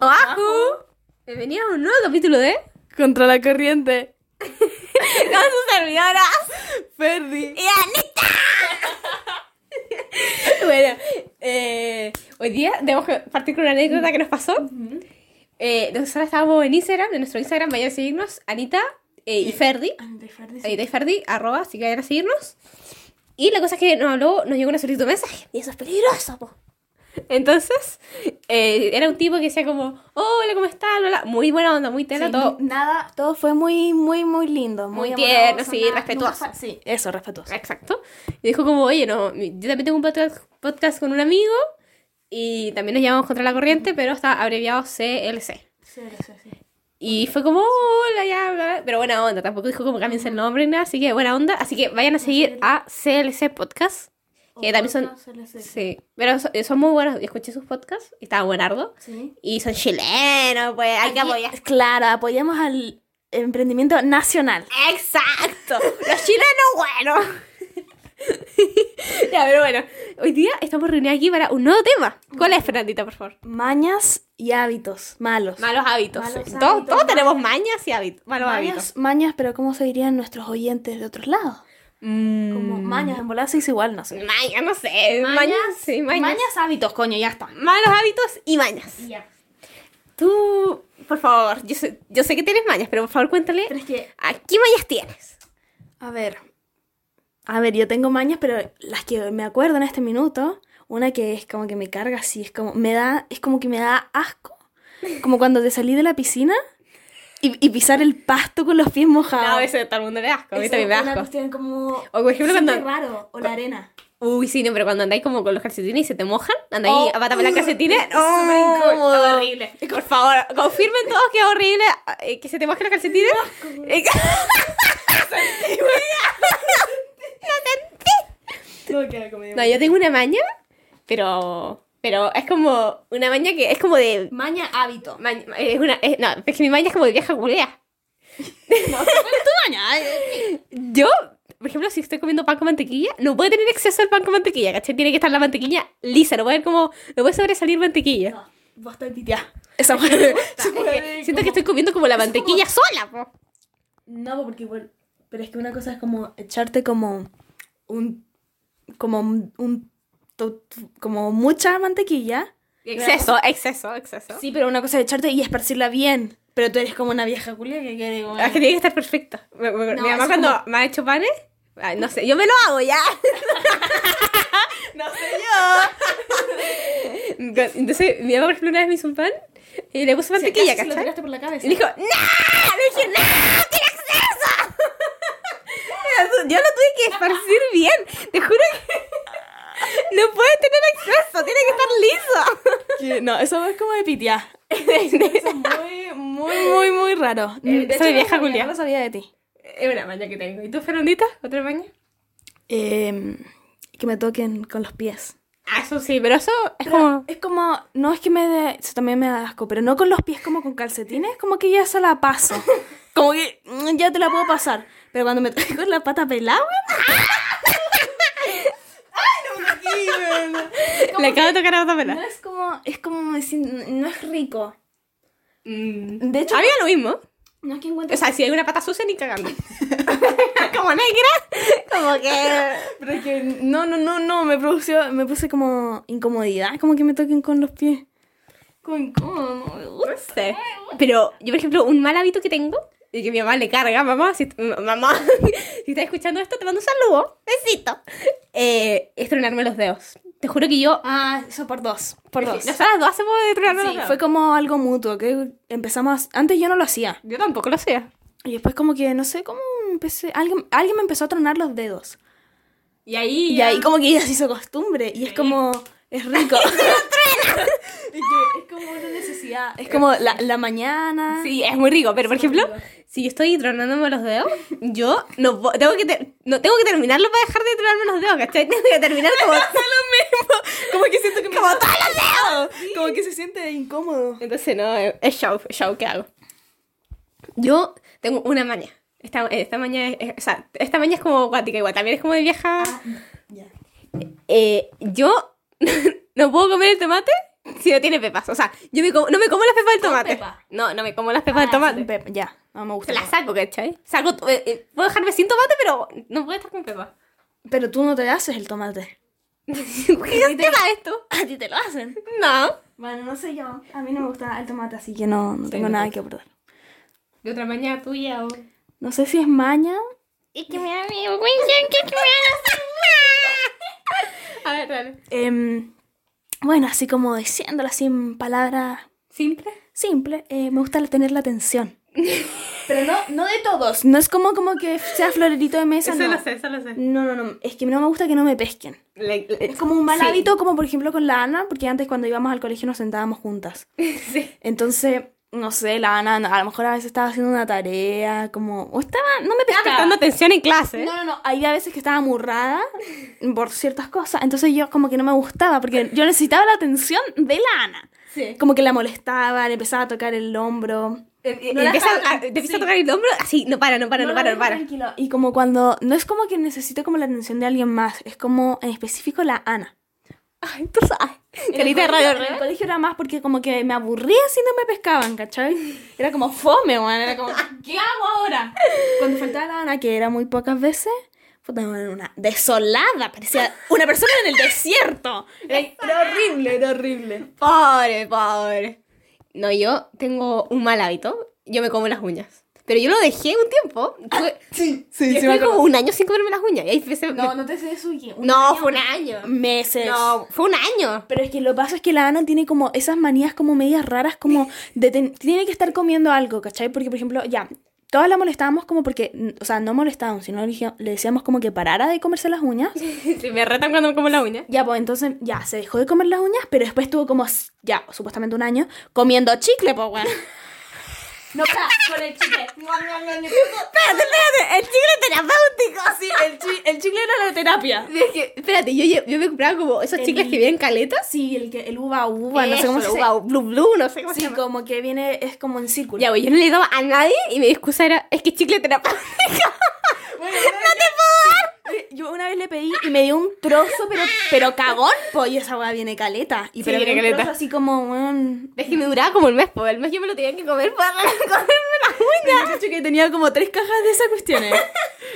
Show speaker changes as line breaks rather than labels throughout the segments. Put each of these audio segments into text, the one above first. ¡Oahu! Bienvenidos a un nuevo capítulo de
Contra la corriente.
Con sus servidoras
Ferdi.
y Anita. bueno, eh, hoy día tenemos que partir con una anécdota que nos pasó. Eh, nosotros estábamos en Instagram, en nuestro Instagram, vayan a seguirnos, Anita eh, y Ferdi.
Anita y Ferdi. sí.
Anita y Ferdi, arroba, así que vayan a seguirnos. Y la cosa es que nos habló, nos llegó una solicitud de mensaje. Y eso es peligroso, po. Entonces, eh, era un tipo que decía como, hola, ¿cómo estás? Bla, bla. Muy buena onda, muy tela,
Sí,
todo.
Nada, todo fue muy, muy, muy lindo. Muy,
Muy
amoroso,
tierno, sí,
nada-
respetuoso.
nunca fa- sí, eso, respetuoso.
Exacto. Y dijo como, oye, no, mi- yo también tengo un podcast, podcast con un amigo y también nos llamamos Contra la Corriente, pero está abreviado CLC.
Sí, sí, sí.
Y fue como, hola, ya, bla, bla. Pero buena onda, tampoco dijo como cambiense el nombre, nada, así que buena onda. Así que vayan a seguir a CLC Podcast, que también son... Sí, pero so- son muy buenos, escuché sus podcasts, y estaba buenardo.
Sí.
Y son chilenos, pues, hay que apoyar.
Claro, apoyamos al emprendimiento nacional.
Exacto, los chilenos buenos. ya, pero bueno, hoy día estamos reunidos aquí para un nuevo tema. ¿Cuál es, Fernandita, por favor?
Mañas y hábitos malos.
Malos hábitos.
Malos
Todos- todos,
hábitos, malos-
tenemos mañas y hábitos. Malos hábitos.
mañas, mañas, pero ¿cómo se dirían nuestros oyentes de otros lados? Como mañas, en volada se dice igual, no sé.
mm, Mañas, no sé. Mañas, sí, mañas.
hábitos, coño, ya está.
Malos hábitos y mañas.
Ya.
Tú, por favor, yo sé, yo sé que tienes mañas, pero por favor cuéntale.
Pero es que
¿A qué mañas tienes?
A ver. A ver, yo tengo mañas, pero las que me acuerdo en este minuto, una que es como que me carga así, es como, me da, es como que me da asco. Como cuando te salí de la piscina y, y pisar el pasto con los pies mojados.
No, eso todo el mundo le da asco. A mí también me da asco.
como...
por ejemplo, siente cuando-
raro, o la arena.
Uy, sí, no, pero cuando andáis como con los calcetines y se te mojan, andáis
Oh,
a pata para
uh,
calcetines.
es súper
¡Oh,
incómodo.
horrible! Por favor, confirmen todos que es horrible eh, que se te mojen los calcetines. Eh, no, yo tengo una maña, pero. Pero es como una maña que es como de.
Maña hábito.
ma- eh, es una, es- no, es que mi maña es como de vieja culea.
eh.
Yo, por ejemplo, si estoy comiendo pan con mantequilla, no puede tener exceso el pan con mantequilla, ¿cachai? Tiene que estar la mantequilla lisa, no puede haber como. No puede sobresalir mantequilla.
Vos estás piteada. Esa fue. esa
Siento
fue como-
que estoy comiendo como la mantequilla sola, po.
No, porque igual. Pero es que una cosa es como echarte como un. como un. un- to- como mucha mantequilla.
Exceso, exceso, exceso.
Sí, pero una cosa es echarte y esparcirla bien. Pero tú eres como una vieja culia que quiere como.
Ah, Es que tiene que estar perfecto. Me- me-
No,
mi mamá
es
cuando me ha hecho panes, ay, no sé, yo me lo hago ya.
No sé
Entonces, mi mamá, por ejemplo, una vez me hizo un pan y le puse mantequilla, ¿cachai?
por la cabeza.
Y dijo, ¡No! Le dije, ¡No! ¡Tiene exceso! Pero tú- Yo lo tuve que esparcir bien. Te juro que no puede tener exceso, tiene que
No, eso es como de pitear.
estar liso.
Eso es muy, muy, muy, muy raro.
Eh, de
Soy
hecho,
vieja
no sabía,
culia.
no
sabía de ti.
Es una maña que tengo. ¿Y tú, Fernandita? ¿Otra maña?
Em, que me toquen con los pies.
Ah, eso sí, pero eso es
Pero
como.
Es como, no es que me dé, eso también me da asco, pero no con los pies como con calcetines, como que ya se la paso. Como que mm, ya te la puedo pasar. Pero cuando me toco con la pata pelada, weón,
Le acabo de tocar a otra
no
pela.
es como, es como decir, no es rico.
Mm. De
De
hecho,
hecho-
había lo mismo.
No es que
O
encuentres...
sea, si hay una pata sucia, ni cagando. como negra, como que.
Pero es que, no, no, no, no, me produció, me puse como incomodidad, como que me toquen con los pies. Como incómodo, no me gusta.
No sé. Pero yo, por ejemplo, un mal hábito que tengo y que mi mamá le carga, mamá, si, m- mamá, si estás escuchando esto, te mando un saludo. Besito. Eh, es tronarme los dedos. Te juro que yo.
Ah, eso por dos, por dos.
Nosotras las dos hacemos de tronarme los
Sí,
dedos.
fue como algo mutuo, que empezamos, antes yo no lo hacía.
Yo tampoco lo hacía.
Y después como que, no sé, cómo empecé... Alguien, alguien me empezó a tronar los dedos.
Y ahí.
Y ahí como que ya se hizo costumbre. Y es como... Es rico. Y que es como una necesidad. Es como la, la mañana.
Sí, es muy rico, pero por ejemplo, si yo estoy tronándome los dedos, yo no po- tengo que ter- no tengo que terminarlo para dejar de tronarme los dedos, ¿cachai? Tengo que terminar como lo mismo.
Como que siento que me...
Como todos los dedos.
Como que se siente incómodo.
Entonces no, es es show, es show que hago. Yo tengo una maña. Esta, esta maña es, es- o sea, esta maña es como guática igual, también es como de vieja.
Ya.
Eh, yo no puedo comer el tomate Si no tiene pepas. O sea, yo me como- no me como las pepas del tomate.
pepa.
No, no me como las pepas del
Sin
tomate.
pepa, ya, no me gusta.
Se las saco, ¿cachai? Saco, eh, eh, puedo dejarme sin tomate, pero no puedo estar con pepa.
Pero tú no te haces el tomate.
¿Qué tema esto?
A ti te lo hacen.
No.
Bueno, no sé yo. A mí no me gusta el tomate, así que no, no
Sí,
tengo
no.
nada que aportar.
De otra mañana tuya o...
No sé si es maña.
Es que me da miedo, güey, ya que me da la- A ver, dale.
Em, bueno, así como diciéndolo así en palabras
¿Simple?
simples, eh, me gusta tener la atención. Pero no, no de todos. No es como, como que sea florerito de mesa. no.
eso lo sé.
No, no, no. Es que no me gusta que no me pesquen.
Le- le-
Es como un mal
Sí.
hábito, como por ejemplo con la Ana, porque antes cuando íbamos al colegio nos sentábamos juntas.
sí.
Entonces, no sé, la Ana a lo mejor a veces estaba haciendo una tarea, como... O estaba... No me
Estaba
pescaba.
prestando atención en clase.
No, no, no. Había veces que estaba amurrada por ciertas cosas. Entonces yo como que no me gustaba, porque yo necesitaba la atención de la Ana.
Sí.
Como que la molestaba, le empezaba a tocar el hombro.
Eh,
No
eh,
la
empieza
dejaban-
a, te empieza a
sí.
tocar el hombro así, no para, no para, no,
lo
para, no
dejo
para.
tranquilo. Y como cuando... No es como que necesito como la atención de alguien más. Es como en específico la Ana.
Ay, tú sabes.
En el
Carita de
colegio-
radio
En el
Rebel.
colegio era más porque como que me aburría si no me pescaban, ¿cachai? Era como fome, weón. Era como, ¿qué hago ahora? Cuando faltaba la Ana, que era muy pocas veces, puta, weón, una desolada. Parecía una persona en el desierto. Era, era horrible, era horrible.
Pobre, pobre. No, yo tengo un mal hábito. Yo me como las uñas. Pero yo lo dejé un tiempo. Tuve-
Sí,
yo estuve como un año sin comerme las uñas. Y ahí empecé-
No, no te sé suye.
No, fue un año.
Meses.
No, fue un año.
Pero es que lo que pasa es que la Ana tiene como esas manías como medias raras, como de ten- tiene que estar comiendo algo, ¿cachai? Porque, por ejemplo, ya, todas la molestábamos como porque, n- o sea, no molestábamos, sino le, dije- le decíamos como que parara de comerse las uñas.
Sí, me retan cuando me como las uñas.
Ya, pues entonces, ya, se dejó de comer las uñas, pero después estuvo como, s- ya, supuestamente un año, comiendo chicle, pues, bueno. No, para, con el chicle.
Espérate, espérate. El chicle terapéutico.
Sí, el, chi- el chicle era la terapia.
Es que, espérate, yo, lle- yo me compraba como esos
El-
chicles que vienen caletas.
Sí, el, que, el uva uva, no sé
Eso,
cómo se
lo-
dice.
guau, blue blue, no sé cómo se
Sí,
llama.
como que viene, es como en círculo.
Ya, güey, yo no le daba a nadie y mi excusa era, es que chicle terapéutico.
Eh, Yo una vez le pedí y me dio un trozo, pero, pero cagón, po, y esa weá viene caleta. Y pero
viene
viene
caleta.
caleta. así como, weón.
Es que me duraba como el mes, pues el mes yo me lo tenía que comer para comerme las uñas.
Un muchacho que tenía como tres cajas de esas cuestiones.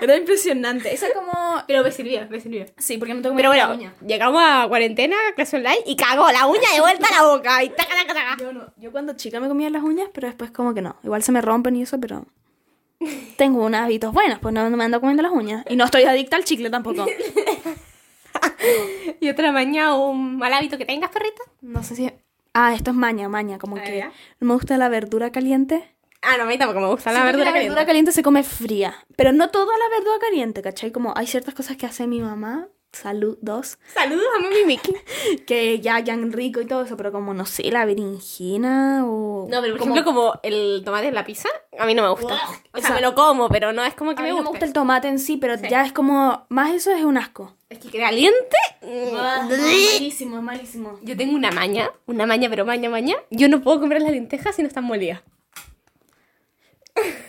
Era impresionante. Esa como.
Pero me sirvió, me sirvió.
Sí, porque no tengo
Pero bueno, llegamos a cuarentena, clase online y cagó la uña de vuelta a la boca. Y taca, taca, taca.
Yo no. Yo cuando chica me comía las uñas, pero después como que no. Igual se me rompen y eso, pero. Tengo unos hábitos buenos, pues no, no me ando comiendo las uñas. Y no estoy adicta al chicle tampoco.
Y otra mañana un mal hábito que tengas, perrita.
No sé si. Ah, esto es maña, maña. Como
Ah,
que
ya.
no me gusta la verdura caliente.
Ah, no, a mí tampoco me gusta la
Siento que
verdura
la verdura
caliente.
caliente se come fría, pero no toda la verdura caliente, ¿cachai? Como hay ciertas cosas que hace mi mamá, saludos,
Saludos a mami Miki.
que ya quedan rico y todo eso, pero como no sé, la berenjena o
No, pero por
como-
ejemplo, como el tomate en la pizza, a mí no me gusta. O sea,
sea,
me lo como, pero no es como que
a
me
mí no
gusta.
me gusta el tomate en sí, pero ya es como más eso es un asco.
Es que caliente. mm.
malísimo, es malísimo.
Yo tengo una maña, una maña, pero maña, maña. Yo no puedo comprar las lentejas si no están molidas.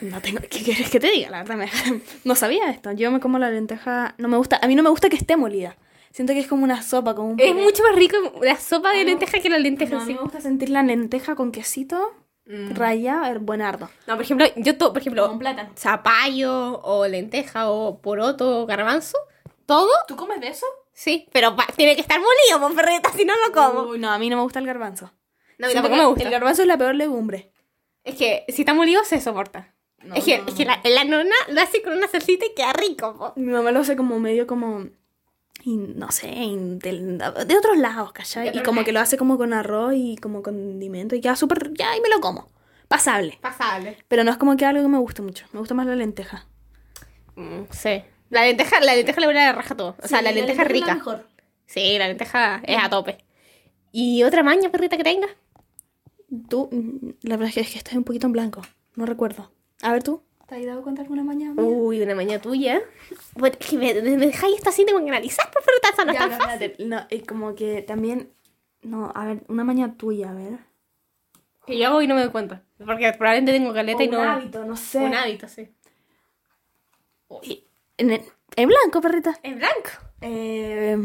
No tengo ¿qué quieres que te diga? La verdad me- no sabía esto. Yo me como la lenteja, no me gusta, a mí no me gusta que esté molida. Siento que es como una sopa con un
Es
puré.
mucho más rico la sopa de lenteja que la lenteja
Ah,
en
No, a
sí.
mí me gusta sentir la lenteja con quesito,
Mm.
raya, el buenardo.
No, por ejemplo, yo todo, por ejemplo,
Con plátano.
zapallo o lenteja o poroto o garbanzo, todo,
¿Tú comes de eso?
sí, pero pa- tiene que estar molido, pues, perrita, si no lo como.
Uy, no, a mí no me gusta el garbanzo.
no, a mí
Siento
tampoco
que
me gusta.
El garbanzo es la peor legumbre.
Es que si está molido se soporta.
No,
es que,
no,
es que la, la nona lo hace con una salsita y queda rico, po.
Mi mamá lo hace como medio como... y no sé, in- del- de otros lados,
De
¿cachai? Y
otros
como que lo hace como con arroz y como condimento y queda súper... Ya, y me lo como. Pasable.
Pasable.
Pero no es como que algo que me gusta mucho. Me gusta más la lenteja.
Mm, sí. La lenteja, la lenteja le vuelve a la raja todo. O sea, la lenteja es rica.
mejor.
Sí, la lenteja es a tope. ¿Y otra maña, perrita, que tenga?
Tú, mm, la verdad es que, es que estoy un poquito en blanco. No recuerdo. A ver tú. ¿Te has dado cuenta alguna mañana?
Uy, una maña tuya. Bueno, es que me, me- me dejáis esto así, tengo que analizar, por favor, eso no es
Ya,
tan
pero
fácil.
espérate, No, es como que también. No, a ver, una mañana tuya, a ver.
Que yo hago y no me doy cuenta. Porque probablemente tengo caleta y
O
no.
un hábito, no sé.
Un hábito, sí.
Y- En, el- en blanco, perrita.
Es blanco.
Eh,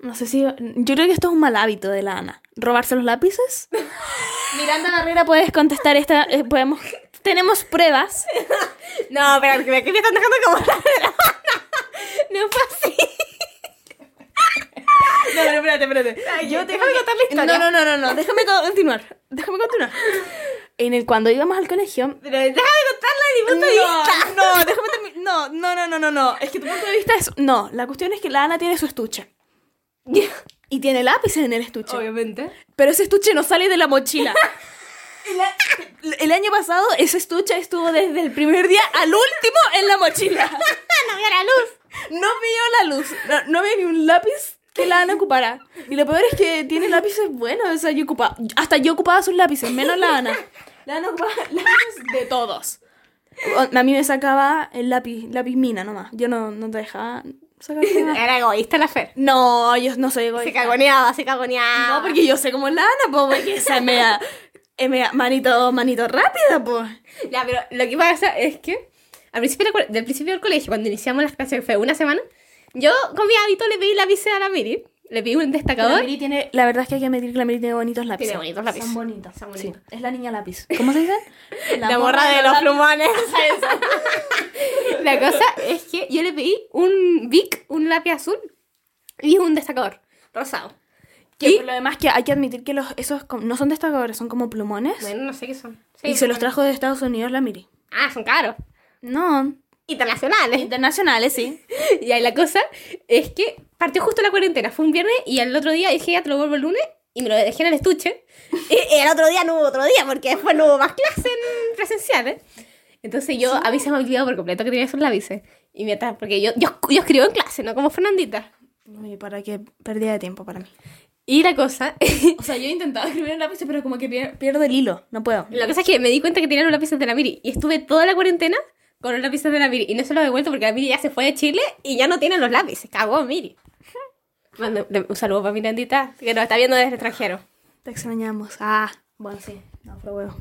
No sé si. Yo creo que esto es un mal hábito de la Ana. Robarse los lápices. Miranda Barrera, puedes contestar esta. eh, podemos. Tenemos pruebas.
No, pero que me, que me están dejando como la de la No fue así.
No, no, espérate, espérate.
Yo déjame contar la historia.
No, no, no, no, no. Déjame continuar. Déjame continuar. En el cuando íbamos al colegio.
Pero déjame contarla de mi punto de vista.
no, déjame terminar. No, no, no, no, no, no. Es que tu punto de vista es. No, la cuestión es que la Ana tiene su estuche. Y tiene lápices en el estuche.
Obviamente.
Pero ese estuche no sale de la mochila. El a- El año pasado ese estuche estuvo desde el primer día al último en la mochila.
no vio la luz.
No vio la luz, no, no vio ni un lápiz que la Ana ocupara. Y lo peor es que tiene lápices buenos, o sea, yo ocupaba, hasta yo ocupaba sus lápices, menos la Ana. La Ana ocupaba lápices de todos. O- A mí me sacaba el lápiz, lápiz mina nomás. Yo no, no te dejaba sacar nada.
Era egoísta la Fer.
No, yo no soy
Se
Ah. egoísta.
cagoneaba, se cagoneaba.
No, porque yo sé cómo es la Ana, pues, porque esa es media, es media manito, manito rápida, pues.
Ya, pero lo que pasa es que al principio del co- del principio del colegio, cuando iniciamos las clases, que fue una semana, yo con mi hábito le pedí lápices a la Miri. Le pedí un
La
destacador.
Miri tiene, la verdad es que hay que admitir que la Miri tiene bonitos lápices.
Tiene bonitos lápices.
Son bonitos.
Son
Sí,
bonitos.
es la niña lápiz. ¿Cómo se dicen?
La morra de los
lápiz.
plumones. La cosa es que yo le pedí un Bic, un lápiz azul y un destacador rosado.
Que
Y-
por lo demás que hay que admitir que los, esos com- no son destacadores, son como plumones.
Bueno, no sé qué son. Sí,
y se los trajo de Estados Unidos la Miri.
Ah, son caros.
No,
Internacionales.
internacionales, sí.
Y ahí la cosa es que partió justo la cuarentena. Fue un viernes y al otro día dije, ya te lo vuelvo el lunes. Y me lo dejé en el estuche. Y el otro día no hubo otro día porque después no hubo más clases en presenciales. Entonces yo a mí se me ha olvidado por completo que tenía esos lápices. Y mientras, porque yo, yo, yo escribo en clase, no como Fernandita.
Uy, para que pérdida de tiempo para mí.
Y la cosa
O sea, yo he intentado escribir en lápiz, pero como que pierdo el hilo, no puedo.
La cosa es que me di cuenta que tenía los lápices de la Miri y estuve toda la cuarentena con los lápices de la Miri y no se los he devuelto porque la Miri ya se fue de Chile y ya no tiene los lápices. Cagó, Miri. Mando- de- un saludo para Mirandita que nos está viendo desde el extranjero.
Te extrañamos. Ah, bueno, sí. No, pero huevo.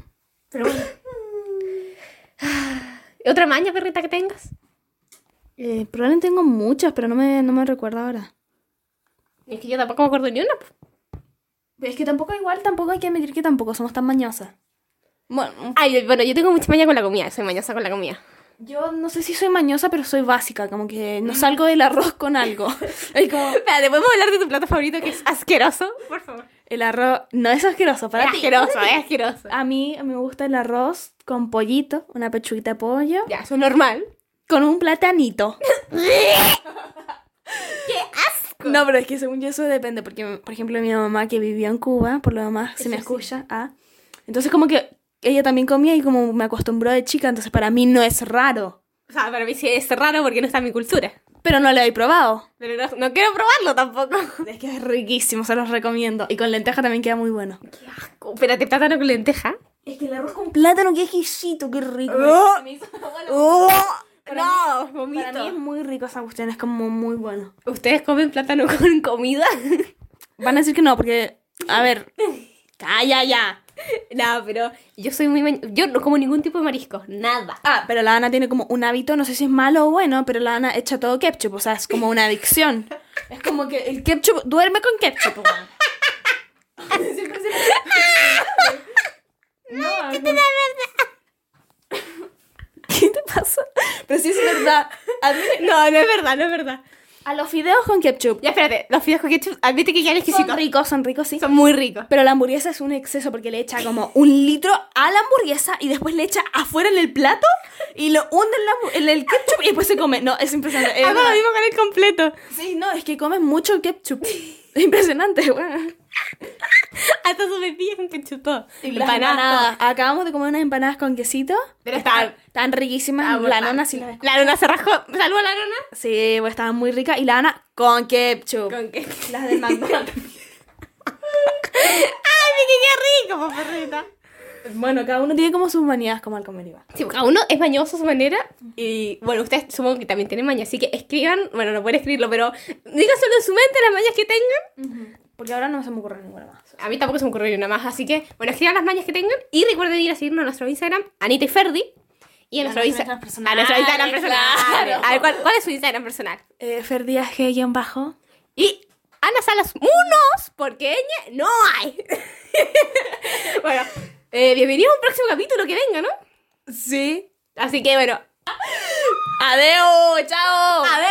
Pero bueno. ¿Otra maña, perrita, que tengas?
Eh, probablemente tengo muchas, pero no me, no me recuerdo ahora.
Es que yo tampoco me acuerdo ni una. po.
Es que tampoco igual, tampoco hay que admitir que tampoco somos tan mañosas. Bueno,
Ay, bueno, yo tengo mucha maña con la comida. Soy mañosa con la comida.
yo no sé si soy mañosa, pero soy básica, como que
Mm.
no salgo del arroz con algo. Es como,
Espérate, ¿podemos hablar de tu plato favorito que es asqueroso? Por favor.
el arroz no es asqueroso
Es
para ti.
asqueroso, es asqueroso.
A mí me gusta el arroz con pollito, una pechuguita de pollo,
Ya, eso es normal.
con un platanito.
¡Qué asco!
No, pero es que según yo eso depende, porque por ejemplo mi mamá que vivía en Cuba, por lo demás, se me
Eso sí.
escucha, ah. Entonces como que ella también comía y como me acostumbró de chica, entonces para mí no es raro.
O sea, para mí sí es raro porque no está en mi cultura.
Pero no lo he probado.
Pero no, no quiero probarlo tampoco.
Es que es riquísimo, se los recomiendo. Y con lenteja también queda muy bueno.
Qué asco. Espérate, plátano con lenteja.
Es que el arroz con plátano, qué exquisito, qué rico. Ah.
¡Oh!
Se me hizo agua la-
no,
Para mí es
vomito.
muy rico esa cuestión, es como muy bueno.
¿Ustedes comen plátano con comida?
Van a decir que no, porque, a ver, calla
Ah,
ya.
no, pero yo soy muy... ma- Yo no como ningún tipo de marisco. Nada.
Ah, pero la Ana tiene como un hábito, no sé si es malo o bueno, pero la Ana echa todo ketchup, o sea, es como una adicción. Es como que el ketchup duerme con ketchup, weón.
Ah,
No, es como- ¿Qué te pasa? Pero sí es verdad. Admite-
No, no es verdad, no es verdad.
A los fideos con ketchup.
Ya, espérate. Los fideos con ketchup, admite que quedan
Son
exquisitos.
ricos, son ricos, sí.
Son muy ricos.
Pero la hamburguesa es un exceso porque le echa como un litro a la hamburguesa y después le echa afuera en el plato y lo hunde en, la hambu- en el ketchup y después se come. No, es impresionante. es
Hago lo
verdad.
mismo con el completo.
Sí, no, es que comen mucho ketchup. Es impresionante, weón.
Hasta su bebida con ketchup todo.
Las empanadas. Acabamos de comer unas empanadas con quesito.
Pero
Estaban-
estaban-
estaban riquísimas. la nona sí las
La nona se rajó. Saludos a la nona.
Sí, pues, estaban muy ricas. Y la nana con ketchup.
¿Con qué?
Las del McDonald's.
¡Ay, qué, rico, pues, perrita!
bueno, cada uno tiene como sus manías como al comer iba.
Sí, cada uno es mañoso a su manera. Y bueno, ustedes supongo que también tienen maña, así que escriban. Bueno, no pueden escribirlo, pero digan solo en su mente las mañas que tengan.
Porque ahora no se me ocurre ninguna más.
A mí tampoco se me ocurrió ni una más, así que bueno, escriban las mañas que tengan. Y recuerden ir a seguirnos a nuestro Instagram, Anita y Ferdi. Y a nuestro,
nuestras
Insta-
personales,
a nuestro Instagram personal.
claro.
A ver, ¿cuál, cuál es su Instagram personal?
Eh, Fer Díaz G-bajo.
Y Ana Salas Munos, porque ella no hay. bueno, eh, bienvenidos a un próximo capítulo que venga, ¿no?
Sí.
Así que bueno. Adeo, chao.
A ver.